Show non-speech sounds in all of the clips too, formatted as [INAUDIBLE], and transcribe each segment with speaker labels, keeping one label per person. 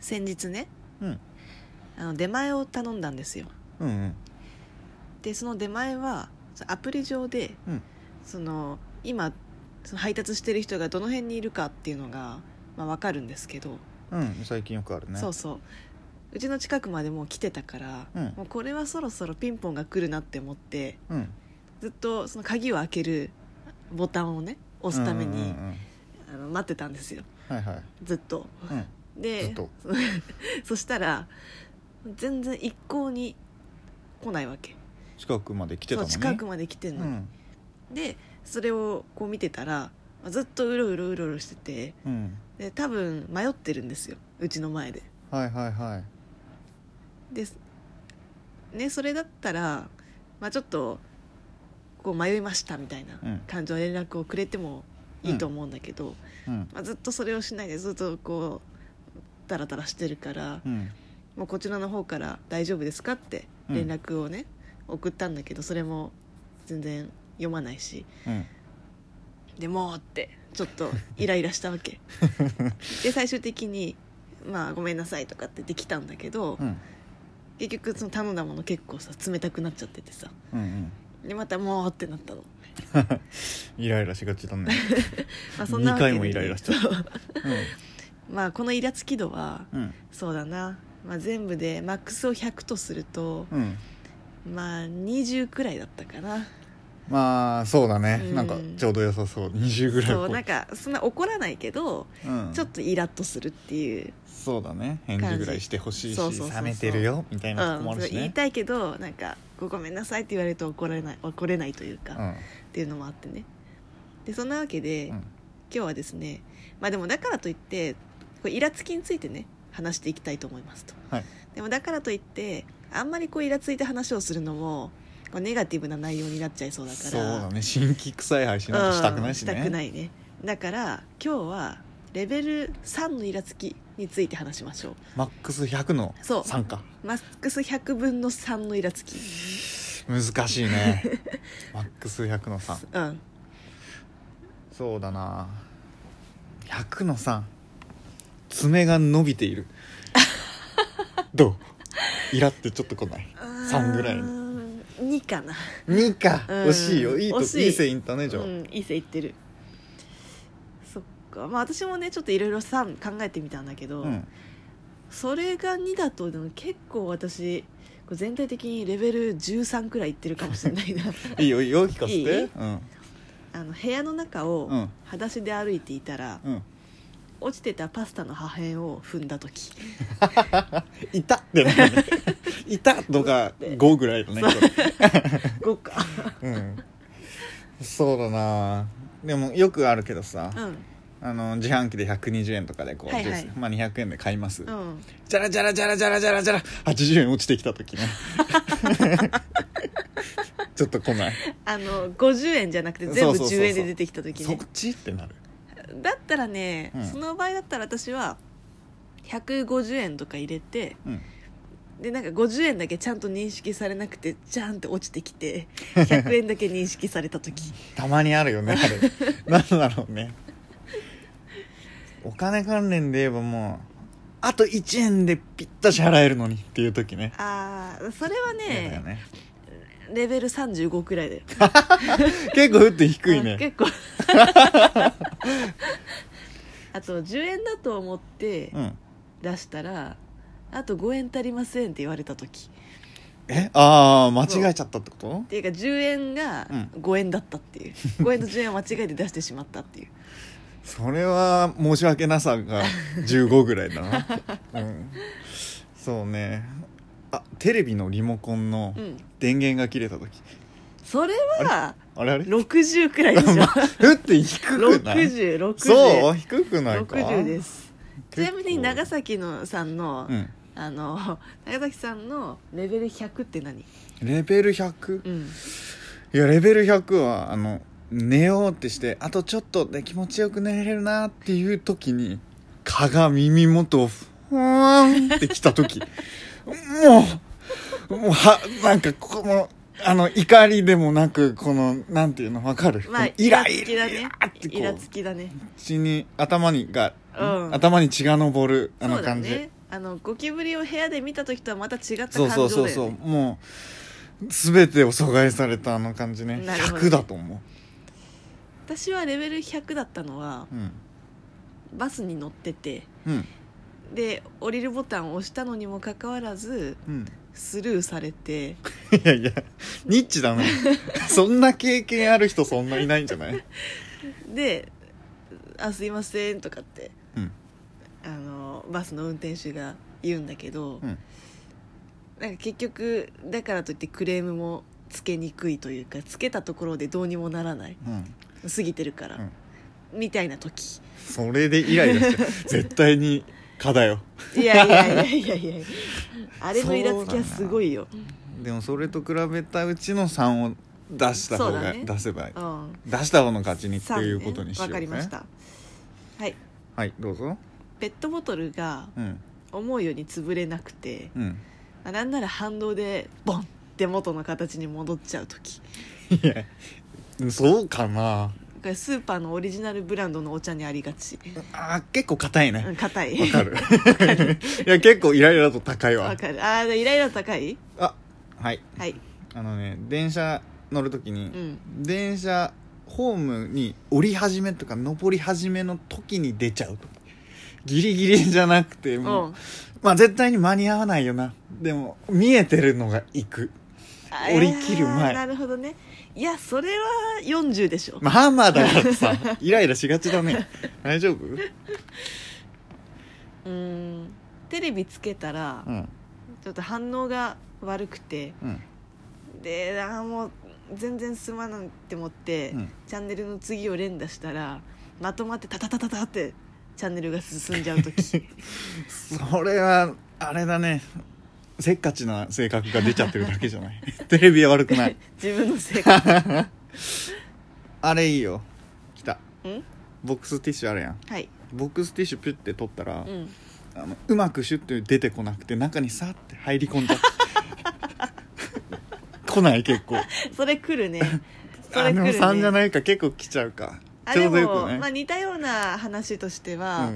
Speaker 1: 先日ね
Speaker 2: うん
Speaker 1: あの出前を頼んだんですよ
Speaker 2: うんうん
Speaker 1: でその出前はそのアプリ上で
Speaker 2: うん
Speaker 1: その今その配達してる人がどの辺にいるかっていうのが、まあ、分かるんですけど、
Speaker 2: うん最近よくあるね
Speaker 1: そうそううちの近くまでもう来てたから、
Speaker 2: うん
Speaker 1: もうこれはそろそろピンポンが来るなって思って
Speaker 2: うん
Speaker 1: ずっとその鍵を開けるボタンをね押すため
Speaker 2: うんうん
Speaker 1: に
Speaker 2: うん
Speaker 1: あの待ってたんですよ
Speaker 2: はいはい
Speaker 1: ずっと。
Speaker 2: うん
Speaker 1: で
Speaker 2: ずっと
Speaker 1: [LAUGHS] そしたら全然一向に来ないわけ
Speaker 2: 近くまで来てたもんね
Speaker 1: そう近くまで来てんの、でそれをこう見てたらずっとうろうろうろうろしてて
Speaker 2: うんうん
Speaker 1: で多分迷ってるんですようちの前で
Speaker 2: はいはいはい
Speaker 1: でねそれだったら、まあ、ちょっとこう迷いましたみたいな
Speaker 2: うん
Speaker 1: 感じの連絡をくれてもいいと思うんだけど、
Speaker 2: うん
Speaker 1: まあ、ずっとそれをしないでずっとこうダラダラしてるから、
Speaker 2: うん
Speaker 1: もうこちらの方から「大丈夫ですか?」って連絡をね、送ったんだけどそれも全然読まないし
Speaker 2: うん
Speaker 1: でもうってちょっ
Speaker 2: [LAUGHS]
Speaker 1: とイライラしたわけで最終的に「まあごめんなさい」とかってできたんだけど、
Speaker 2: うん
Speaker 1: 結局その頼んだもの結構さ冷たくなっちゃっててさ
Speaker 2: うん
Speaker 1: でまた「もう」ってなったの、
Speaker 2: うんイライラしがちだね
Speaker 1: まあ、そんなわけで
Speaker 2: 二回もイライラしちゃっ
Speaker 1: そう [LAUGHS] まあこのイラつき度は
Speaker 2: うん
Speaker 1: そうだな、まあ、全部でマックスを100とすると、
Speaker 2: うんうん
Speaker 1: まあ20くらいだったかな
Speaker 2: まあそうだね、
Speaker 1: うん
Speaker 2: なんかちょうど良さそう20ぐらい
Speaker 1: そうなん
Speaker 2: っ
Speaker 1: かそんな怒らないけど、
Speaker 2: ぽいうん
Speaker 1: ちょっとイラッとするっていう、
Speaker 2: そうだね返事ぐらいしてほしいし
Speaker 1: そうそうそうそう
Speaker 2: 冷めてるよみた
Speaker 1: う
Speaker 2: い
Speaker 1: ん
Speaker 2: なとこもあ
Speaker 1: そ
Speaker 2: る
Speaker 1: れ
Speaker 2: し
Speaker 1: 言い
Speaker 2: ね、
Speaker 1: たいけどなんかごごめんなさいって言われると怒られない怒れないという
Speaker 2: う
Speaker 1: か、っ
Speaker 2: ん
Speaker 1: ていうのもあってねでそんなわけで、
Speaker 2: うん
Speaker 1: 今日はですねまあでもだからといってこうイラつきについてね話していきたいと思いますと
Speaker 2: はい
Speaker 1: でもだからといってあんまりこうイラついて話をするのもこうネガティブな内容になっちゃいそうだから
Speaker 2: そうだね新規臭い配信なんかしたくないし
Speaker 1: う
Speaker 2: ね、
Speaker 1: ん、したくないねだから今日はレベル3のイラつきについて話しましょう
Speaker 2: マックス100の
Speaker 1: そう
Speaker 2: 3か
Speaker 1: マックス100分の3のイラつき
Speaker 2: 難しいね
Speaker 1: [LAUGHS]
Speaker 2: マックス100の3
Speaker 1: うん
Speaker 2: そうだな100の3爪が伸び
Speaker 1: [LAUGHS]
Speaker 2: ているどうイラってちょっと来ない3ぐらいに
Speaker 1: 2かな
Speaker 2: 2か
Speaker 1: うん
Speaker 2: 惜しいよいいと
Speaker 1: 惜しい
Speaker 2: いい線いったねじゃあ、
Speaker 1: うんいい線いってるそっかまあ私もねちょっといろいろ3考えてみたんだけど、
Speaker 2: うん
Speaker 1: それが2だとでも結構私これ全体的にレベル13くらいいってるかもしれ
Speaker 2: [LAUGHS]
Speaker 1: ないな
Speaker 2: いいよいいよ聞かせて
Speaker 1: いい
Speaker 2: うん
Speaker 1: あの部屋の中を
Speaker 2: うん
Speaker 1: 裸足で歩いていたら、
Speaker 2: うん
Speaker 1: 落ちてたパスタの破片を踏んだ
Speaker 2: [LAUGHS]
Speaker 1: 時
Speaker 2: いたってな
Speaker 1: [LAUGHS]
Speaker 2: るねいたとか5ぐらいのね
Speaker 1: 5か
Speaker 2: うんそうだなでもよくあるけどさ、
Speaker 1: うん
Speaker 2: あの自販機で120円とかでこう、
Speaker 1: はいはい
Speaker 2: ジュースまあ、200円で買います、
Speaker 1: うん
Speaker 2: じゃらじゃらじゃらじゃらじゃらじゃら80円落ちてきた [LAUGHS] 時ねちょっと来ない
Speaker 1: あの50円じゃなくて全部
Speaker 2: そうそうそうそう
Speaker 1: 10円で出てきた時
Speaker 2: そっ
Speaker 1: ね
Speaker 2: ちってなる
Speaker 1: だったらね、
Speaker 2: うん
Speaker 1: その場合だったら私は150円とか入れて
Speaker 2: うん
Speaker 1: でなんか50円だけちゃんと認識されなくてジャーンって落ちてきて100円だけ認識された
Speaker 2: [LAUGHS]
Speaker 1: 時
Speaker 2: たまにあるよねあれ
Speaker 1: [LAUGHS]
Speaker 2: なんだろうねお金関連で言えばもうあと1円でぴったし払えるのにっていう時ね
Speaker 1: ああそれは
Speaker 2: 嫌
Speaker 1: ね
Speaker 2: だよね
Speaker 1: レベル35くらいだよ
Speaker 2: 結構打って低い
Speaker 1: あ
Speaker 2: ね
Speaker 1: [LAUGHS] 結構あと10円だと思って
Speaker 2: うん
Speaker 1: 出したら、あと5円足りませんって言われた時
Speaker 2: えああ間違えちゃったってこと
Speaker 1: っていうか10円が
Speaker 2: うん
Speaker 1: 5円だったっていう、5円と10円を間違えて出してしまったっていう
Speaker 2: それは申し訳なさが15ぐらいだな、うん、そうねあテレビのリモコンの
Speaker 1: うん
Speaker 2: 電源が切れた時、
Speaker 1: それは
Speaker 2: あれあれ
Speaker 1: 60くらいでし
Speaker 2: [LAUGHS]
Speaker 1: ょ
Speaker 2: ふって低くない
Speaker 1: 6060
Speaker 2: そう低くないか
Speaker 1: 60ですち
Speaker 2: 結
Speaker 1: な
Speaker 2: 構
Speaker 1: みに長崎のさんの、
Speaker 2: うん
Speaker 1: あの長崎さんのレベル100って何
Speaker 2: レベル 100?
Speaker 1: うん
Speaker 2: いやレベル100はあの寝ようってしてあとちょっとで気持ちよく寝れるなっていう時に蚊が耳元をふーんってきた時もうもうはなんかこのあの怒りでもなくこのなんていうのわかる、
Speaker 1: まあ
Speaker 2: このイラ
Speaker 1: つ
Speaker 2: イ
Speaker 1: き
Speaker 2: ラ
Speaker 1: だ
Speaker 2: イ
Speaker 1: ね
Speaker 2: ラってこ
Speaker 1: イラつ
Speaker 2: う
Speaker 1: きだね
Speaker 2: 血に頭にが、
Speaker 1: うん
Speaker 2: 頭に血が上るあ
Speaker 1: そ
Speaker 2: の
Speaker 1: うだ
Speaker 2: 感じ
Speaker 1: ねあのゴキブリを部屋で見た時とはまた違った
Speaker 2: そう
Speaker 1: 感情だ
Speaker 2: そ
Speaker 1: よ、
Speaker 2: う
Speaker 1: ね、
Speaker 2: そうそう、もう全てを阻害されたあの感じね
Speaker 1: なるほど
Speaker 2: 100だと思
Speaker 1: 私はレベル100だったのは
Speaker 2: ううん
Speaker 1: バスに乗ってて
Speaker 2: うん
Speaker 1: で降りるボタンを押したのにもかかわらず
Speaker 2: うん
Speaker 1: スルーされて
Speaker 2: [LAUGHS] いやいやニッチだ [LAUGHS] ねそんな経験ある人そんないないんじゃない
Speaker 1: で「あすいません」とかって
Speaker 2: うん
Speaker 1: あのバスの運転手が言うんだけど、
Speaker 2: うん
Speaker 1: なんか結局だからといってクレームもつけにくいというかつけたところでどうにもならない
Speaker 2: うん
Speaker 1: 過ぎてるから、みたいな時
Speaker 2: それでイライラ [LAUGHS] して絶対に蚊だよ
Speaker 1: いやいやいやい
Speaker 2: [LAUGHS]
Speaker 1: やいやあれのイラつきはすごいよ
Speaker 2: でもそれと比べたうちの3を出した方
Speaker 1: そう
Speaker 2: が、
Speaker 1: だね、
Speaker 2: 出せばいいう
Speaker 1: ん
Speaker 2: 出した方の勝ちにって
Speaker 1: さあ
Speaker 2: いうことにしよう
Speaker 1: わかりましたはい
Speaker 2: はいどうぞ
Speaker 1: ペットボトルが
Speaker 2: うん
Speaker 1: 思うように潰れなくて、
Speaker 2: うん
Speaker 1: あなんなら反動でボンって元の形に戻っちゃう時
Speaker 2: いやそうかな
Speaker 1: これスーパーのオリジナルブランドのお茶にありがち
Speaker 2: あ結構硬い
Speaker 1: うん
Speaker 2: ね
Speaker 1: 硬い
Speaker 2: わかるいや結構イライラだと高いわ
Speaker 1: わかるああイライラ高い
Speaker 2: あはい
Speaker 1: はい
Speaker 2: あのね電車乗るときに、
Speaker 1: うん
Speaker 2: 電車ホームに降り始めとか登り始めの時に出ちゃうとギリギリじゃなくてもう、
Speaker 1: うん
Speaker 2: まあ絶対に間に合わないよなでも見えてるのが行く
Speaker 1: あ
Speaker 2: 折り切る前
Speaker 1: えーなるほどねいやそれは40でしょ、
Speaker 2: まあまあだか
Speaker 1: [LAUGHS]
Speaker 2: らさイライラしがちだね大丈夫
Speaker 1: うーんテレビつけたら
Speaker 2: うん
Speaker 1: ちょっと反応が悪くて
Speaker 2: うん
Speaker 1: であーもう全然進まないって思って、
Speaker 2: うん
Speaker 1: チャンネルの次を連打したらまとまってタタタタタってチャンネルが進んじゃう時
Speaker 2: それはあれだねせっかちな性格が出ちゃってるだけじゃない
Speaker 1: [LAUGHS]
Speaker 2: テレビは悪くない
Speaker 1: 自分のせいか
Speaker 2: [LAUGHS] あれいいよ来た
Speaker 1: うん
Speaker 2: ボックスティッシュあるやん
Speaker 1: はい、
Speaker 2: ボックスティッシュピュッて取ったら、
Speaker 1: うん、
Speaker 2: あのうまくシュッて出てこなくて中にさって入り込んじゃった
Speaker 1: [LAUGHS]
Speaker 2: 来ない結構
Speaker 1: それ来
Speaker 2: [LAUGHS]
Speaker 1: るねそ
Speaker 2: あ
Speaker 1: れ
Speaker 2: で
Speaker 1: 来
Speaker 2: も
Speaker 1: る
Speaker 2: 3じ
Speaker 1: ね
Speaker 2: ゃないか結構来ちゃうか
Speaker 1: あ
Speaker 2: ちょ
Speaker 1: で
Speaker 2: うどよ
Speaker 1: も、
Speaker 2: く
Speaker 1: ま
Speaker 2: な
Speaker 1: あ、
Speaker 2: い、
Speaker 1: 似たような話としては、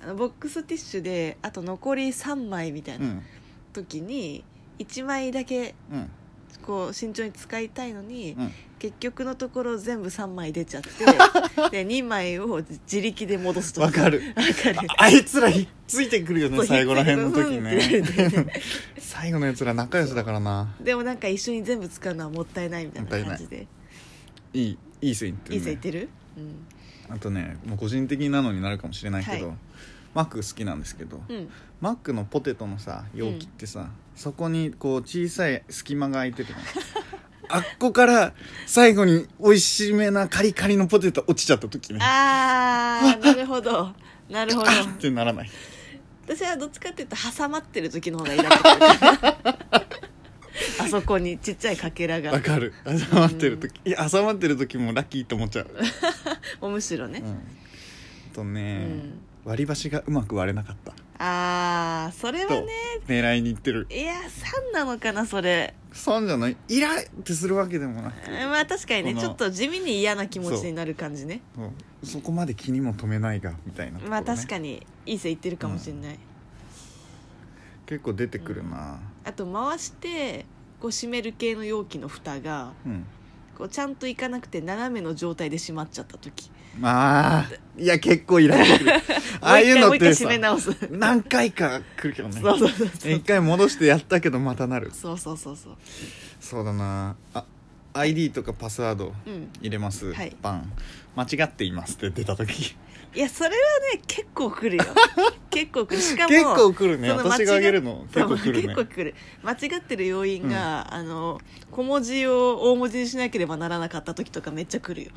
Speaker 1: あのボックスティッシュであと残り3枚みたい
Speaker 2: うんう
Speaker 1: なん時に1枚だけ
Speaker 2: うん
Speaker 1: こう慎重に使いたいのに、
Speaker 2: うん
Speaker 1: 結局のところ全部3枚出
Speaker 2: [LAUGHS]
Speaker 1: ちゃってで2枚を自力で戻すと
Speaker 2: わかる
Speaker 1: わかる
Speaker 2: ああいつらひっついてくるよ
Speaker 1: そ
Speaker 2: ね
Speaker 1: う
Speaker 2: 最後らへんの時
Speaker 1: ひっついてくる
Speaker 2: ね [LAUGHS] 最後のやつら仲良しだからな
Speaker 1: でもなんか一緒に全部使うのはもったいないみたいな感じで
Speaker 2: いいいい線いって
Speaker 1: いい
Speaker 2: る、
Speaker 1: 線
Speaker 2: ね、
Speaker 1: いってる、うん
Speaker 2: あとねもう個人的なのになるかもしれないけど、
Speaker 1: はい
Speaker 2: マック好きなんですけど、
Speaker 1: うん、
Speaker 2: マックのポテトのさ容器ってさ、そこにこう小さい隙間が空いてて [LAUGHS] あっこから最後に美味しめなカリカリのポテト落ちちゃった時ね
Speaker 1: あー
Speaker 2: [LAUGHS]
Speaker 1: なるほどなるほど
Speaker 2: あってならない
Speaker 1: 私はどっちかっていうと挟まってる時の方がいいなってくる
Speaker 2: [LAUGHS]
Speaker 1: あそこにちっちゃいかけら
Speaker 2: わ
Speaker 1: が
Speaker 2: かる挟まってる時いや挟まってる時もラッキーと思っちゃう、
Speaker 1: おむしろね
Speaker 2: う、ん、あと
Speaker 1: う
Speaker 2: ね、
Speaker 1: ん、
Speaker 2: 割り箸がうまく割れなかった
Speaker 1: あーそれは
Speaker 2: と
Speaker 1: ね
Speaker 2: 狙いにいってる
Speaker 1: いや3なのかなそれ
Speaker 2: 損じゃないイラってするわけでもなく
Speaker 1: まあ確かにね
Speaker 2: この
Speaker 1: ちょっと地味に嫌な気持ちになる感じね
Speaker 2: そうそこまで気にも留めないがみたいなところね、
Speaker 1: まあ確かにいい線いってるかもしれない、
Speaker 2: 結構出てくるな
Speaker 1: あと回してこう閉める系の容器の蓋が
Speaker 2: うん
Speaker 1: こうちゃんといかなくて斜めの状態で閉まっちゃった時
Speaker 2: まあいや結構イライ
Speaker 1: [LAUGHS]
Speaker 2: ラするああいう
Speaker 1: も
Speaker 2: の
Speaker 1: う
Speaker 2: っ
Speaker 1: 一回もう一回閉め直
Speaker 2: てさ
Speaker 1: す
Speaker 2: [LAUGHS]
Speaker 1: そう
Speaker 2: 何回か来るけどね
Speaker 1: そうそうそ
Speaker 2: 一
Speaker 1: う
Speaker 2: 回戻してやったけどまたなる
Speaker 1: そうそうそうそう
Speaker 2: そうだなあ ID とかパスワード
Speaker 1: うん
Speaker 2: 入れます、
Speaker 1: はい
Speaker 2: バン間違っていますって出た時
Speaker 1: いやそれはね結構来
Speaker 2: [LAUGHS]
Speaker 1: るよ結構来るしかも
Speaker 2: 結構来るね
Speaker 1: その間違
Speaker 2: 私
Speaker 1: っ
Speaker 2: があげるの結構来る
Speaker 1: 結構
Speaker 2: ね
Speaker 1: 来る間違ってる要因が、あの小文字を大文字にしなければならなかった時とかめっちゃ来るよ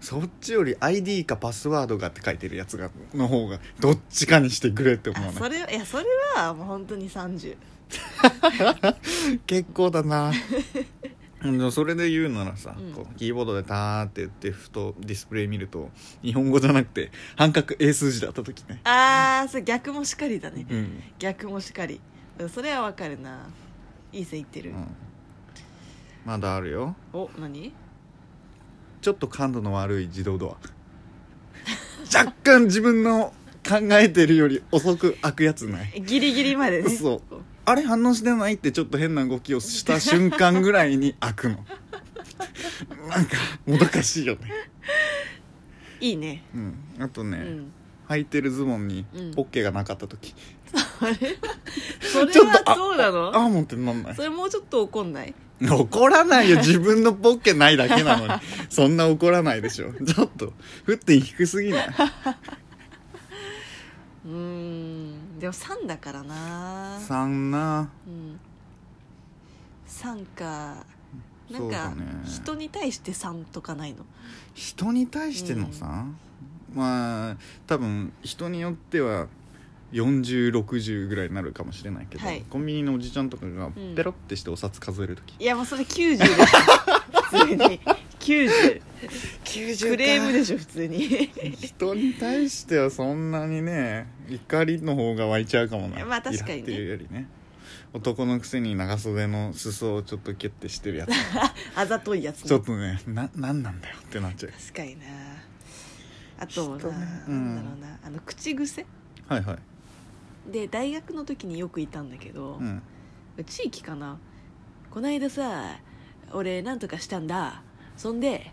Speaker 2: そっちより ID かパスワードがって書いてるやつがの方がどっちかにしてくれって思
Speaker 1: あ
Speaker 2: う
Speaker 1: そ
Speaker 2: ね
Speaker 1: れいやそれはもう本当に30
Speaker 2: 結構だな [LAUGHS] うんでもそれで言うならさ、
Speaker 1: うん
Speaker 2: こうキーボードでターって言ってふとディスプレイ見ると日本語じゃなくて半角英数字だった時ね、
Speaker 1: ああそれ逆もしかりだね
Speaker 2: うん
Speaker 1: 逆もしかりそれはわかるないい線いって
Speaker 2: う
Speaker 1: る、
Speaker 2: んまだあるよ
Speaker 1: お何
Speaker 2: ちょっと感度の悪い自動ドア若干自分の考えてるより遅く開くやつない
Speaker 1: ギリギリまでね
Speaker 2: そう
Speaker 1: こ
Speaker 2: あれ反応してないってちょっと変な動きをした瞬間ぐらいに開くのなんかもどかしいよね、
Speaker 1: いいね
Speaker 2: うん、あと
Speaker 1: う
Speaker 2: ね、
Speaker 1: ん
Speaker 2: 履いてるズボンに
Speaker 1: うん
Speaker 2: ポッケがなかった時、
Speaker 1: それ
Speaker 2: ちょっと
Speaker 1: はそうなの
Speaker 2: ああもんってなんない
Speaker 1: それもうちょっと怒んない
Speaker 2: 怒らな
Speaker 1: [LAUGHS]
Speaker 2: いよ自分のポッケないだけなのにそんな怒らないでしょちょっと沸点低すぎ
Speaker 1: [LAUGHS]
Speaker 2: ないう
Speaker 1: ーんでも3だからな
Speaker 2: 3な
Speaker 1: うん、3かなん
Speaker 2: そうだ
Speaker 1: か
Speaker 2: ね
Speaker 1: 人に対して3とかないの
Speaker 2: 人に対してのさ、まあ多分人によっては4060ぐらいになるかもしれないけど、
Speaker 1: はい
Speaker 2: コンビニのおじちゃんとかが
Speaker 1: ん
Speaker 2: ペロってしてお札数える時、
Speaker 1: いやもうそれ90でしょ [LAUGHS] 普通に90
Speaker 2: 90
Speaker 1: クレームでしょ普通に
Speaker 2: 人に対してはそんなにね怒りの方が湧いちゃうかもな
Speaker 1: まあ確かにね
Speaker 2: イラっていうよりね男のくせに長袖の裾をちょっとキュッてしてるや
Speaker 1: [LAUGHS] あざといやつ
Speaker 2: つ
Speaker 1: ね
Speaker 2: ちょっとねななんなんだよってなっちゃ
Speaker 1: 確かになあと
Speaker 2: 人
Speaker 1: な,、、
Speaker 2: ねうんん
Speaker 1: なんだろうなあの口癖
Speaker 2: うはいはい、
Speaker 1: で大学の時によくいたんだけど
Speaker 2: う、ん、
Speaker 1: 地域かなこないださ俺なんとかしたんだそんで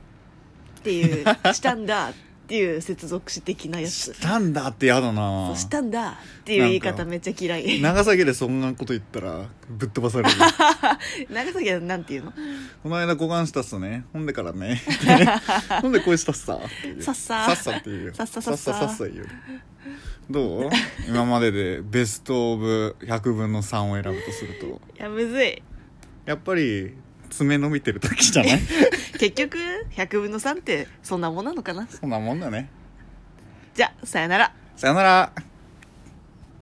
Speaker 1: っていう
Speaker 2: [LAUGHS]
Speaker 1: したんだっていう接続詞的なやつ
Speaker 2: したんだってやだ
Speaker 1: そ
Speaker 2: な
Speaker 1: うしたんだっていう言い方めっちゃ嫌い
Speaker 2: 長崎でそんなこと言ったらぶっ飛ばされる
Speaker 1: 長崎はなんていうの
Speaker 2: この間股間したっすねほんでか
Speaker 1: [LAUGHS]
Speaker 2: らねほんで声したっさっていう
Speaker 1: さっさ
Speaker 2: さっさっていうよ
Speaker 1: さっささっさ
Speaker 2: さっささっさ言うよどう今まででベストオブ100分の3を選ぶとすると
Speaker 1: いやむずい
Speaker 2: やっぱり爪伸びてる時じゃ
Speaker 1: [LAUGHS]
Speaker 2: ない
Speaker 1: 結局100分の3ってそんなもんなのかな
Speaker 2: そんなもんだね
Speaker 1: じゃあさよなら
Speaker 2: さよなら